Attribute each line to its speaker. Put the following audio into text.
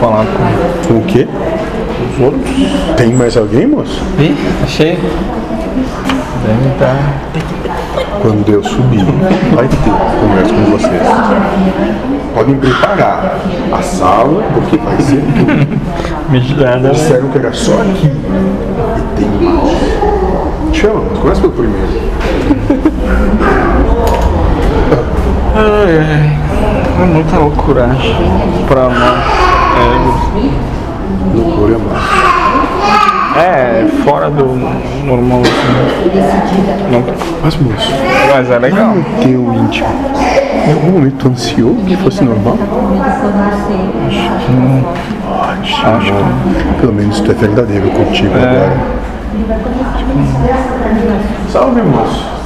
Speaker 1: falar
Speaker 2: O quê? Os outros? Tem mais alguém, moço?
Speaker 1: Ih, achei. Deve tá estar.
Speaker 2: Quando eu subir, vai ter conversa com vocês. Podem preparar a sala, porque vai ser tudo.
Speaker 1: Misturada. né?
Speaker 2: Disseram que era só aqui. E tem mais. Chama, começa pelo primeiro.
Speaker 1: Ai, ai. É muita loucura. Pra nós. É,
Speaker 2: Loucura, mano.
Speaker 1: É, fora do normal. assim. Não-
Speaker 2: Mas, moço,
Speaker 1: mas é legal.
Speaker 2: o teu íntimo. Em algum momento tu ansiou que fosse normal?
Speaker 1: Acho que
Speaker 2: Pelo menos tu é verdadeiro contigo agora. Salve, moço.